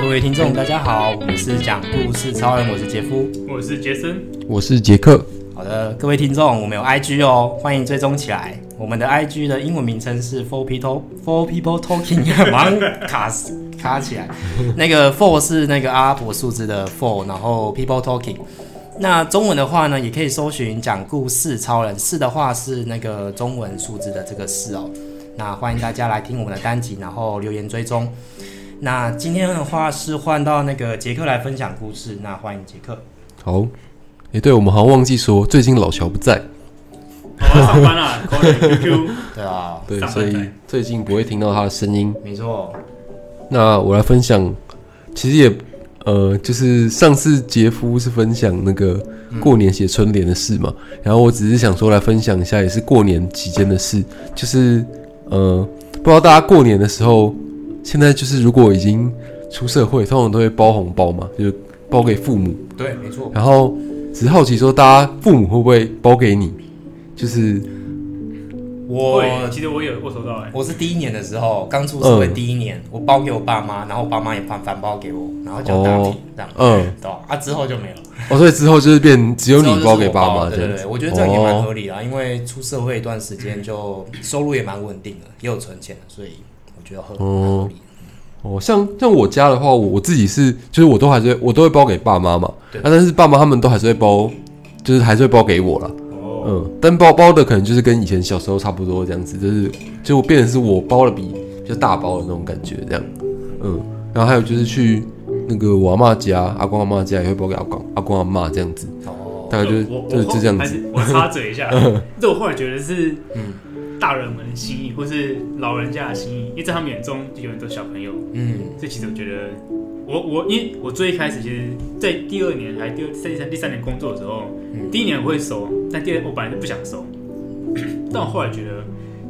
各位听众，大家好，我们是讲故事超人，我是杰夫。我是杰森，我是杰克，好的，各位听众，我们有 IG 哦，欢迎追踪起来。我们的 IG 的英文名称是 Four People Four People Talking，马 上卡死卡起来。那个 Four 是那个阿拉伯数字的 Four，然后 People Talking。那中文的话呢，也可以搜寻讲故事超人。四的话是那个中文数字的这个四哦。那欢迎大家来听我们的单集，然后留言追踪。那今天的话是换到那个杰克来分享故事，那欢迎杰克。好，哎、对我们好像忘记说，最近老乔不在，我要上班啊 啦 c a QQ，对啊，对，上班所以在最近不会听到他的声音。没错。那我来分享，其实也呃，就是上次杰夫是分享那个过年写春联的事嘛，然后我只是想说来分享一下，也是过年期间的事，就是呃，不知道大家过年的时候，现在就是如果已经出社会，通常都会包红包嘛，就是包给父母，对，没错。然后只是好奇说，大家父母会不会包给你？就是我我其实我有我收到哎，我是第一年的时候，刚出社会嗯第一年，我包给我爸妈，然后我爸妈也反反包给我，然后就打哦平这样，嗯，对吧啊，之后就没有了。哦，所以之后就是变只有之后就你是包给我爸妈了这对样对子对，我觉得这样也蛮哦合理啊，因为出社会一段时间就收入也蛮稳定的，也有存钱的，所以我觉得合蛮合哦理的。哦，像像我家的话，我我自己是就是我都还是会我都会包给爸妈嘛，对啊，但是爸妈他们都还是会包，就是还是会包给我啦。哦，嗯，但包包的可能就是跟以前小时候差不多这样子，就是就我变成是我包的比比较大包的那种感觉这样，嗯，然后还有就是去那个我阿妈家、阿公阿妈家也会包给阿公阿公阿妈这样子，哦，大概就是我我就是就这样还子。嗯是我插嘴一 下，这我后来觉得是大人们的心意，或是老人家的心意，因为在他们眼中就永远都是小朋友。嗯，这其实我觉得，我我因为我最一开始其实，在第二年还第二第三第三年工作的时候，嗯第一年我会收，但第二我本来就不想收， 但我后来觉得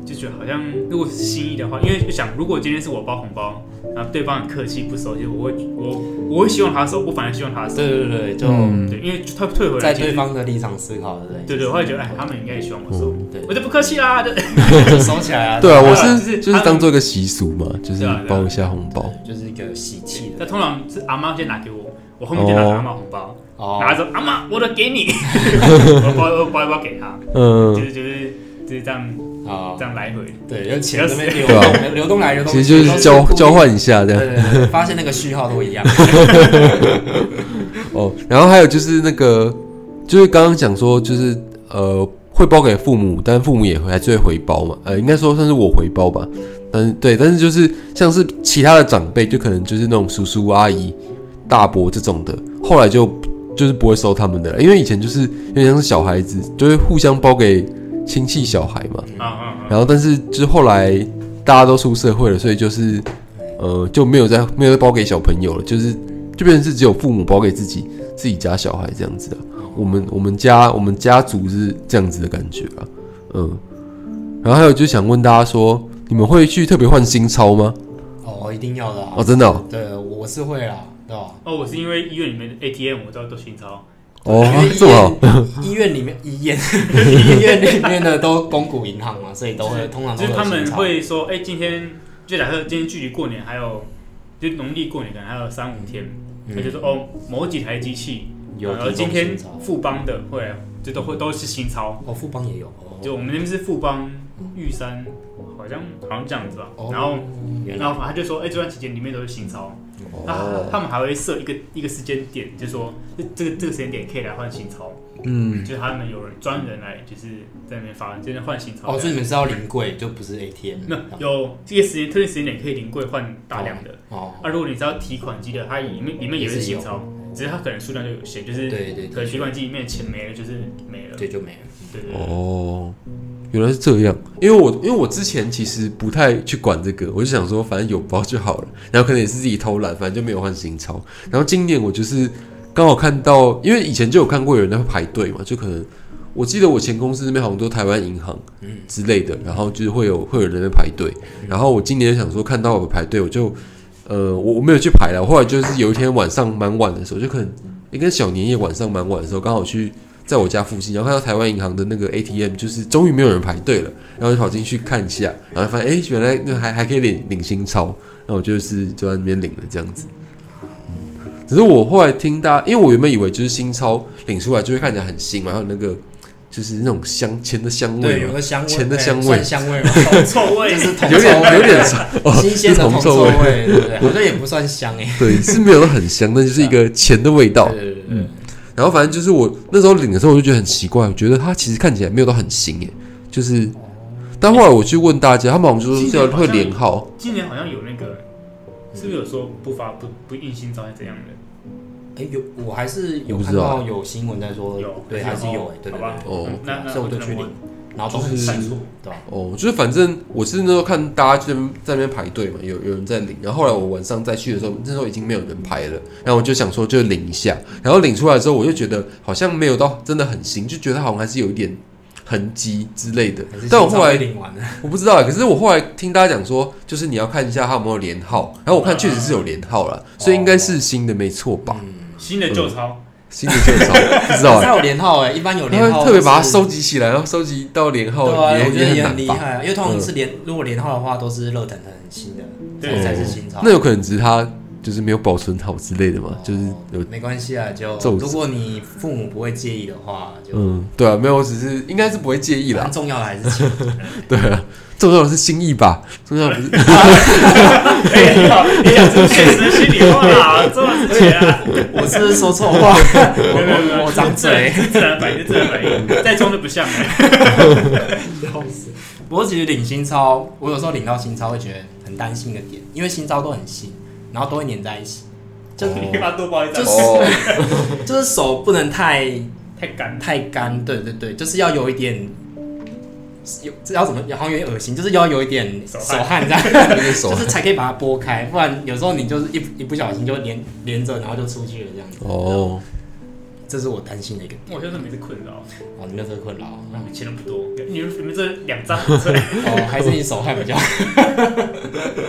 就觉得好像如果是心意的话，因为就想如果今天是我包红包，然后对方很客气不收，其实我会我我会希望他收，我反而希望他收，对对对对，就嗯对，因为他退回来在其实对方的立场思考，对不对？对对，我后来觉得哎，他们应该也希望我收， 对我就不客气啦，就就收起来啊。对啊，对我啊就是是就他们是当做一个习俗嘛，就是对啊对啊包一下红包。就是一个喜气的那通常是阿妈先拿给我，我后面就拿给阿妈红包。哦，拿着阿妈，我的给你，我包我包一包给他，就嗯，是就是就是这样好这，样来回，对，有钱这边流对啊动，流动来流动其去，实就都是交啊故意交换一下对这对样对，对发现那个序号都 一样。哦。然后还有就是那个，就是刚刚讲说，就是呃会包给父母，但父母也会还是会回包嘛。呃，应该说算是我回包吧。但是对，但是就是像是其他的长辈，就可能就是那种叔叔阿姨、大伯这种的，后来就就是不会收他们的了，因为以前就是有点像是小孩子，就会互相包给亲戚小孩嘛。啊啊啊！然后但是就是后来大家都出社会了，所以就是呃就没有再没有再包给小朋友了，就是就变成是只有父母包给自己自己家小孩这样子啊。我们我们家我们家族是这样子的感觉啊，嗯。然后还有就想问大家说，你们会去特别换新钞吗？哦，一定要的啊哦，。真的哦，对，我是会啦，对吧？哦，我是因为医院里面的 ATM 我知道都新钞，哦因为这么好，好。医院里面，医院 医院里面的都公股银行嘛，所以都会通常都就有是他新们钞会说，哎，今天就假设今天距离过年还有，就农历过年可能还有三五天，嗯他就说哦，某几台机器，有然提后供呃今天新钞富邦的会来，就都会都是新钞，哦，富邦也有哦，就我们那边是富邦玉山，好像好像这样子吧，哦然后。原来然后他就说，哎、这段期间里面都是新钞，那、哦他们还会设一个一个时间点，就说这这个这个时间点可以来换新钞，嗯，就是他们有人专人来，就是在那边发，就是换新钞。哦，所以你们是要临柜，就不是 ATM 那有这个时间特定时间点可以临柜换大量的，哦，啊，如果你是要提款机的，它里面里面也是新钞，只是它可能数量就有限，就是对对可能提对，款机里面的钱没了就是没了，对就没了。对对对，哦，原来是这样。因为我因为我之前其实不太去管这个，我就想说反正有包就好了。 然后可能也是自己偷懒，反正就没有换新钞。然后今年我就是刚好看到，因为以前就有看过有人在排队嘛，就可能我记得我前公司那边好像都台湾银行之类的，然后就是会有会有人在那排队。然后我今年想说看到有排队，我就呃我我没有去排了。我后来就是有一天晚上蛮晚的时候，就可能应该是小年夜晚上蛮晚的时候，刚好去在我家附近，然后看到台湾银行的那个 ATM，就是终于没有人排队了，然后就跑进去看一下，然后发现哎、诶原来那还还可以领领新钞，嗯那我就是就在那边领了这样子。嗯只是我后来听大家，因为我原本以为就是新钞领出来就会看起来很新嘛，然后那个就是那种香钱的香对，味有嘛，个香味，钱的哎香味算香味嘛，臭味 就。是铜有臭点有味，点臭，哦新鲜的是铜臭臭味，，对不对？好像也不算香哎，对，是没有到很香，但就是一个钱的嗯味道对。对对对，然后反正就是我那时候领的时候，我就觉得很奇怪，我觉得它其实看起来没有到很新耶，就是。但后来我去问大家，他们好像就说新叫的好会像连号，今年好像有那个，是不是有说不发不不印新照还是怎样的？哎有，我还是有我不看知道到有新闻在说有，，对，还是有哎，对对好吧对，，哦嗯那那所以我就去领，然后都很就是新，对吧？哦，就是反正我是那时候看大家在那边在那边排队嘛，有有人在领，然后后来我晚上再去的时候，那时候已经没有人排了，然后我就想说就领一下，然后领出来之后，我就觉得好像没有到真的很新，就觉得好像还是有一点痕迹之类的还是。但我新照后来被领完了，我不知道欸，可是我后来听大家讲说，就是你要看一下它有没有连号，然后我看确实是有连号了，所以应该是新的没错吧？嗯，新的旧钞，新的旧钞不知道还 哎、有连号哎，一般有他连号会是，特别把它收集起来，然后收集到连号对啊，也我觉得也也很很厉难嗯吧？害啊，因为通常是连如果连号的话都是热腾腾很新的，对这才是新钞。嗯那有可能只是它就是没有保存好之类的嘛，就是有哦没关系啊，就皱褶如果你父母不会介意的话，就嗯，对啊，没有，我只是应该是不会介意啦蛮，重要的还是 钱。对啊，重要的是心意吧，重要 的不是 哎呀，你讲出现实心里话啦，这么直接啊！我是不是说 错话，没有没有 没我有我我张嘴。这是自然反应，这是自然 反应，再装的不像哎。不过其实领新钞，我有时候领到新钞会觉得很担心的点，因为新钞都很新，然后都会粘在一起，就是 你干嘛多包一张哦就？是哦，就是手不能太太干，太干，对对对，就是要有一点。有这要怎么？好像有点恶心，就是要有一点手手汗汗这样，就是手 就是才可以把它拨开，不然有时候你就是一一不小心就连连着，然后就出去了这样子。哦，这是我担心的一个我就是没这困扰，哦，你没有这个困扰我哦，们钱都不多，你们你们这 两张很脆，哦还是你手汗比较好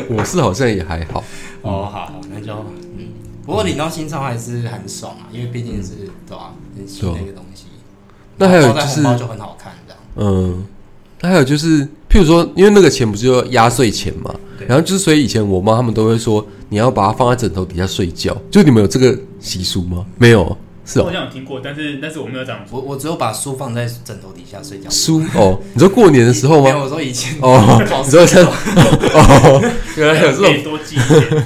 我是好像也还好，哦，好好，那就嗯，不过领到新钞还是很爽啊，因为毕竟是对吧，很新的一个东西，那还有包就在是红包就很好看这样，嗯，那还有就是，譬如说，因为那个钱不是要压岁钱嘛，对然后就是所以以前我妈他们都会说，你要把它放在枕头底下睡觉。就你们有这个习俗吗？没有，是我好哦，像有听过，但是但是我没有 这样做。我我只有把书放在枕头底下睡觉。书哦，你说过年的时候没有，吗？我说以前哦考，试你说这 哦，原来有这可以种，多记一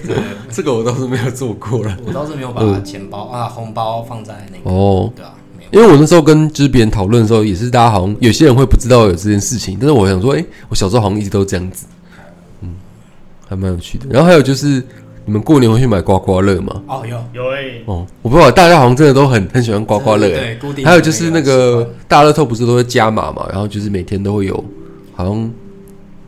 点，这个我倒是没有做过了。我倒是没有把钱包啊红包放在那个，嗯哦，对啊，没有。因为我那时候跟就是别人讨论的时候，也是大家好像有些人会不知道有这件事情，但是我想说，哎、我小时候好像一直都这样子，嗯，还蛮有趣的。然后还有就是，你们过年会去买刮刮乐吗？哦有有哎，哦，我不知道，大家好像真的都很很喜欢刮刮乐对哎。对，固定的还有就是那习个惯大乐透不是都会加码嘛，然后就是每天都会有好像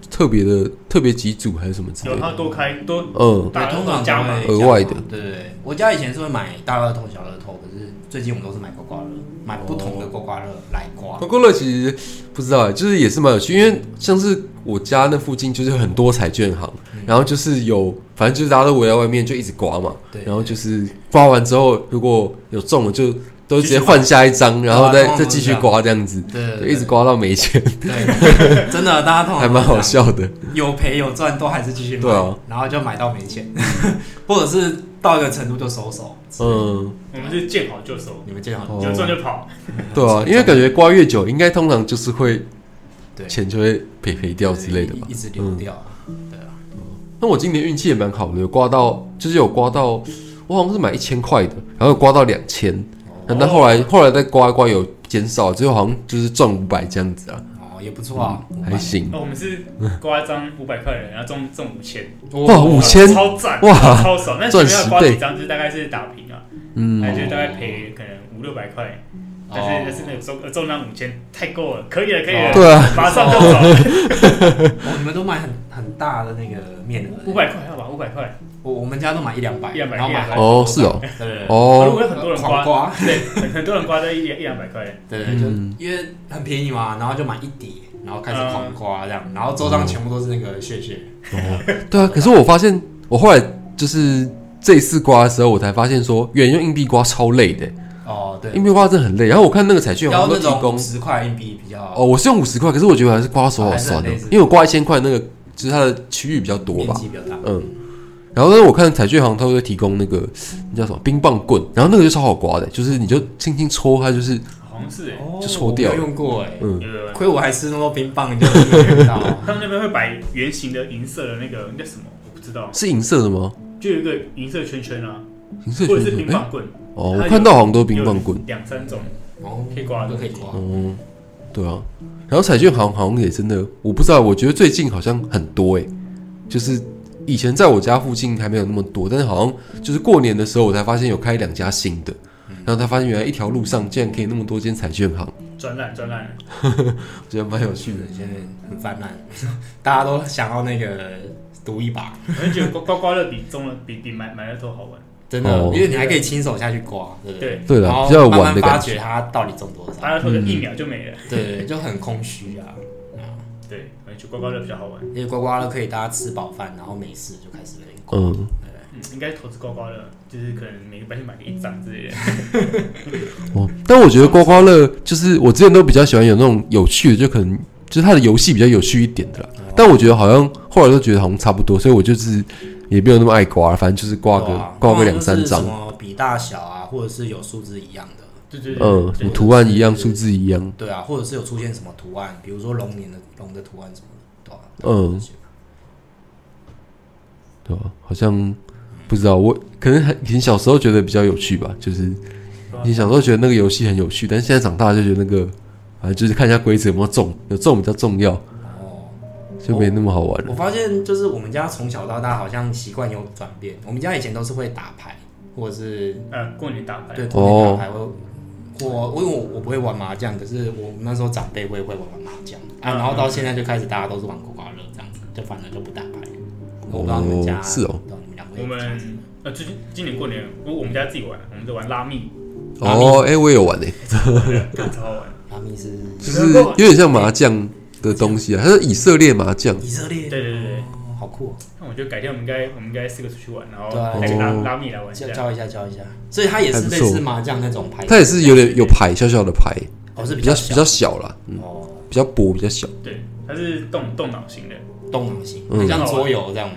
特别的特别几组还是什么之类有他的，多开多嗯，对，通常加码会额外的加码对对对，我家以前是会买大乐透、小乐透，可是最近我们都是买刮刮乐，买不同的刮刮乐来刮。刮刮乐其实不知道欸，就是也是蛮有趣，因为像是我家那附近就是很多彩券行，嗯然后就是有，反正就是大家都围在外面就一直刮嘛，对然后就是刮完之后如果有中了就都直继续接买换下一张，然后对啊再通常再都继续这样刮这样子，对就对，一直刮到没钱，对，对真的，大家通常还蛮好都是这样，笑的。有赔有赚都还是继续买，对啊然后就买到没钱， 或者是到一个程度就收手。嗯，我们是见好就收，你们见好，哦有赚就跑。对啊，因为感觉刮越久，应该通常就是会对钱就会赔赔掉之类的嗯吧一。一直流掉。对啊，那我今年运气也蛮好的，有刮到，就是有刮到，我好像是买一千块的，然后有刮到两千，哦那后来后来再刮一刮有减少，最后好像就是赚五百这样子啊，哦，也不错啊，五百嗯还行。哦那我们是刮一张五百块的，然后中中五千，哇，哦五千，超赞哇超爽。那前面要刮赚十倍几张，就是大概是打平啊，嗯，那就大概赔可能五六百块。但哦是但是那个中中那五千太够了，可以了可以了，对啊，马上就走，哦，你们都买很很大的那个面额，欸五百块要吧，五百块。我我们家都买一两百，一两百然后买一两百好多哦 是张，哦对对对如哦，果有很多人狂刮，刮，对，很很多人刮在一一两百块，对对，就嗯因为很便宜嘛，然后就买一叠，然后开始狂嗯刮这样，然后周章全部都是那个屑屑，对啊。可是我发现，我后来就是这一次刮的时候，我才发现说，远用硬币刮超累的，哦，哦，对，硬币刮真的很累。然后我看那个彩券要好像都那提种供五十块硬币比较哦，我是用五十块，可是我觉得还是刮啊手还好酸是哦、很累是不是因为我刮一千块那个就是它的区域比较多面吧。积比较大。嗯，然后呢，我看彩券行它会提供那个那叫什么冰棒棍，然后那个就超好刮的，就是你就轻轻抽它，就是好像是哎、哦就抽掉我没有用过哎，嗯有有有亏我还吃那么多冰棒，你就没有用到。他们那边会摆圆形的银色的那个那叫什么？我不知道，是银色的吗？就有一个银色圈圈啊，银色或的者是选手冰哎棒棍，哦，它我有看到好像都是冰棒棍有，两三种，哦可以刮都可以刮嗯，对啊。然后彩券行好像也真的，我不知道，我觉得最近好像很多哎、就是以前在我家附近还没有那么多，但是好像就是过年的时候我才发现有开两家新的，然后才发现原来一条路上竟然可以那么多间彩券行，专栏专栏，我觉得蛮有趣的。嗯现在很泛滥， 大家都想要那个赌一把，我就觉得刮刮刮乐比中了比比买买乐透好玩，真的，哦因为你还可以亲手下去刮，对不对？对，对然了，后比较有慢玩慢的发感觉。觉它到底中多少，买乐透嗯的一秒就没了，对对，对就很空虚啊。啊对，我就觉得刮刮乐比较好玩，因为刮刮乐可以大家吃饱饭，然后没事就开始在那边刮。嗯，嗯，应该投资刮刮乐，就是可能每个班就买个一张之类的，哦，但我觉得刮刮乐就是我之前都比较喜欢有那种有趣的，就可能就是它的游戏比较有趣一点的啦。但我觉得好像后来都觉得好像差不多，所以我就是也没有那么爱刮了，反正就是刮个对啊刮个两三通常就是什张，么比大小啊，或者是有数字一样的，对对对，嗯，对什么图案一样，数字一样，对啊，或者是有出现什么图案，比如说龙年的龙的图案什么的，对啊嗯，对吧、好像不知道我可能很以前小时候觉得比较有趣吧，就是你小时候觉得那个游戏很有趣，但现在长大就觉得那个反正就是看一下规则有没有中，有中比较重要，哦，就没那么好玩了。我发现就是我们家从小到大好像习惯有转变，我们家以前都是会打牌，或者是呃，过年打牌，对过年哦打牌会。我我因为我我不会玩麻将，可是我那时候长辈会会玩麻将啊，嗯然后到现在就开始大家都是玩刮刮乐这样子，就反而就不打牌。我不知道你们家哦是哦，不知道你们两位我有没有这样子们呃，最近今年过年，我我们家自己玩，我们在玩拉 密，拉哦，哎、我也有玩诶、更超好玩。拉密是就是有点像麻将的东西啊，它是以色列麻将，以色列，对对对对哦好酷、那我觉得改天我们应该我们应该四个出去玩，然后对啊带个拉哦拉密来玩哦，一教下。教一下教一下，所以它也是类还不似错麻将那种牌，它也是有点有牌，小小的牌，哦是比比较较比小较小啦，哦，比较嗯薄，比较小。对，它是动动脑型的动脑型，嗯很像桌游这样嘛，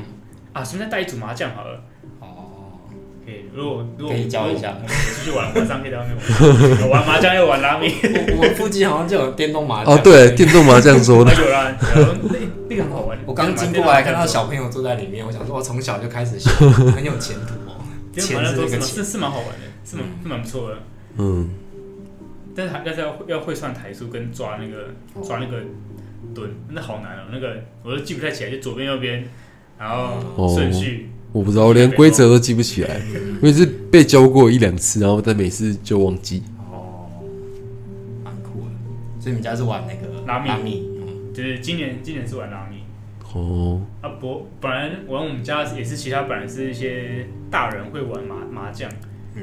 啊。顺便带一组麻将好了。哦，可以，如果如果可以教一下如果我们出去玩，晚上可以在外面 玩，有玩麻将又玩拉密，我我们附近好像就有电动麻将，哦，对，电动麻 将桌有 的，啦，有啦那那个很好玩。我刚经过还看到小朋友坐在里面，我想说，我从小就开 始学，很有前途哦。电钱玩麻是那将桌个是钱，是是蛮好玩的，是蛮是蛮不错的，嗯，但是还但是要要会算台数跟抓那个哦抓那个蹲，那好难哦，那个我都记不太起来，就左边右边，然哦后顺序。我不知道，我连规则都记不起来，我也是被教过一两次，然后但每次就忘记。哦，蛮酷的。所以你们家是玩那个拉密拉密，嗯就是今年今年是玩拉密。哦，啊，不，本来玩我们家也是其他，本来是一些大人会玩麻麻将，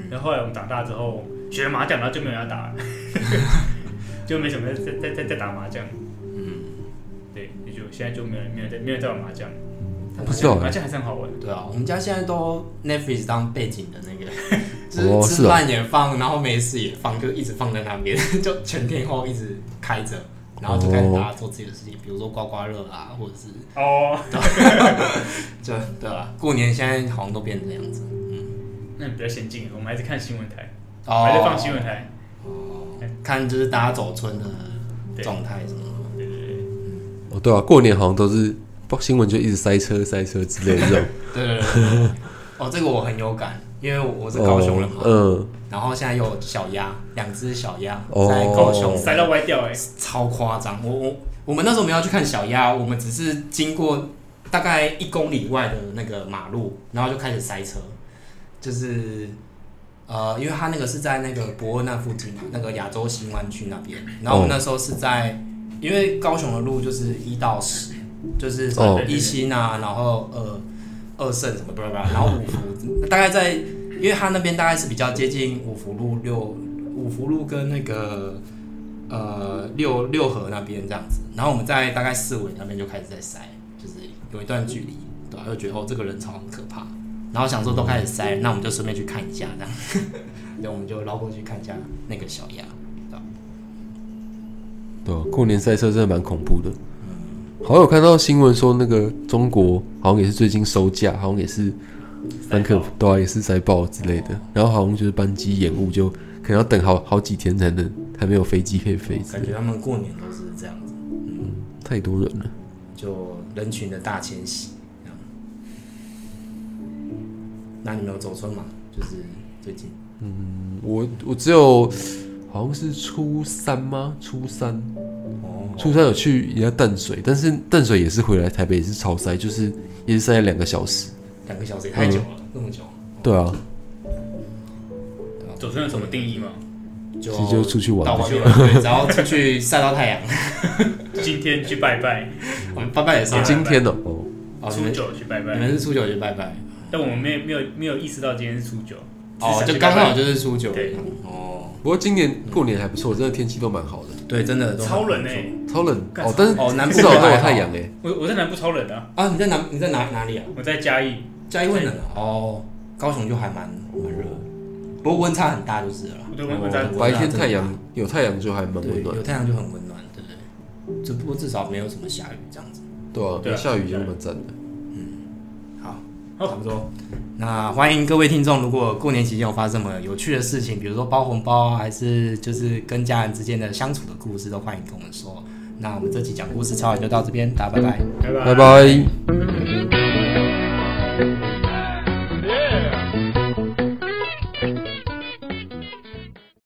然后后来我们长大之后学了麻将，然后就没有人要打了，就没什么在在在在打麻将。对，也就现在就没有人没有在没有在玩麻将，不知道麻哎、将还是很好玩。对啊，我们家现在都 Netflix 当背景的那 个，哦就是是吃哦饭也放，然后没事也放，就一直放在那边，就全天候一直开着，然后就哦开始大家做自己的事情，比如说刮刮乐啊，或者是哦，就对啊，过年现在好像都变成这样子，嗯，那比较先进，我们还是看新闻台，哦还在放新闻台。看就是大家走村的状态什么的。对对对，哦，对啊，过年好像都是报新闻就一直塞车塞车之类的这种。对对对对，对哦，这个我很有感，因为 我是高雄人嘛，哦然后现在有小鸭，两只小鸭哦在高雄，塞到歪掉哎、超夸张。我我我们那时候没有要去看小鸭，我们只是经过大概一公里外的那个马路，然后就开始塞车，就是。呃，因为他那个是在那个博恩那附近嘛，那个亚洲新湾区那边。然后我们那时候是在，因为高雄的路就是一到十，就是什么哦一新啊，然后呃二圣什么巴拉巴拉，然后五福，大概在，因为他那边大概是比较接近五福路六五福路跟那个呃六六合那边这样子，然后我们在大概四尾那边就开始在塞，就是有一段距离，对、啊吧？就觉得哦这个人潮很可怕，然后想说都开始塞，那我们就顺便去看一下这样， 对，我们就绕过去看一下那个小鸭。对啊，过年赛车真的蛮恐怖的。好有看到新闻说，那个中国好像也是最近收价，好像也是蛮可对啊，也是塞爆之类的。然后好像就是班机延误，就可能要等好好几天才能，还没有飞机可以飞之类感的，觉他们过年都是这样子，太多人了。就人群的大迁徙。这样那你们有走村吗？就是最近嗯我我只有好像是初三吗？初三，哦，初三有去一下淡水，但是淡水也是回来台北也是超塞，就是也是塞两个小时。两个小时也太久了，那么久，对啊，对吧走村有什么定义吗？就其实就出去玩到外面，对，只要出去晒到太阳。 今天去拜拜，我们拜拜也是对啊今天呢、哦，哦，你初们九嗯去拜你拜，们是初九就拜拜，但我们没有没有没有意识到今天是初九，哦，就是只想去刚拜拜好就是初九对，哦，不过今年过年还不错，真的天气都蛮好的，对，真的都蛮超冷不错哎！超冷干哦，但是哦南部至少都还有好太阳哎。我我在南部超冷的啊，啊！你在哪？你在哪哪里啊？我在嘉义，嘉义会冷啊哦，高雄就还蛮蛮热的，不过温差很大就是了啦。对温温差哦白天太阳有太阳就还蛮对温暖有，太阳就很温暖，对不对？只不过至少没有什么下雨这样子。对啊，对啊没下雨就蛮赞的。好，好差不多。那欢迎各位听众，如果过年期间有发生什么有趣的事情，比如说包红包啊，还是就是跟家人之间的相处的故事，都欢迎跟我们说。那我们这期讲故事超人就到这边，大家拜拜。拜拜拜拜。拜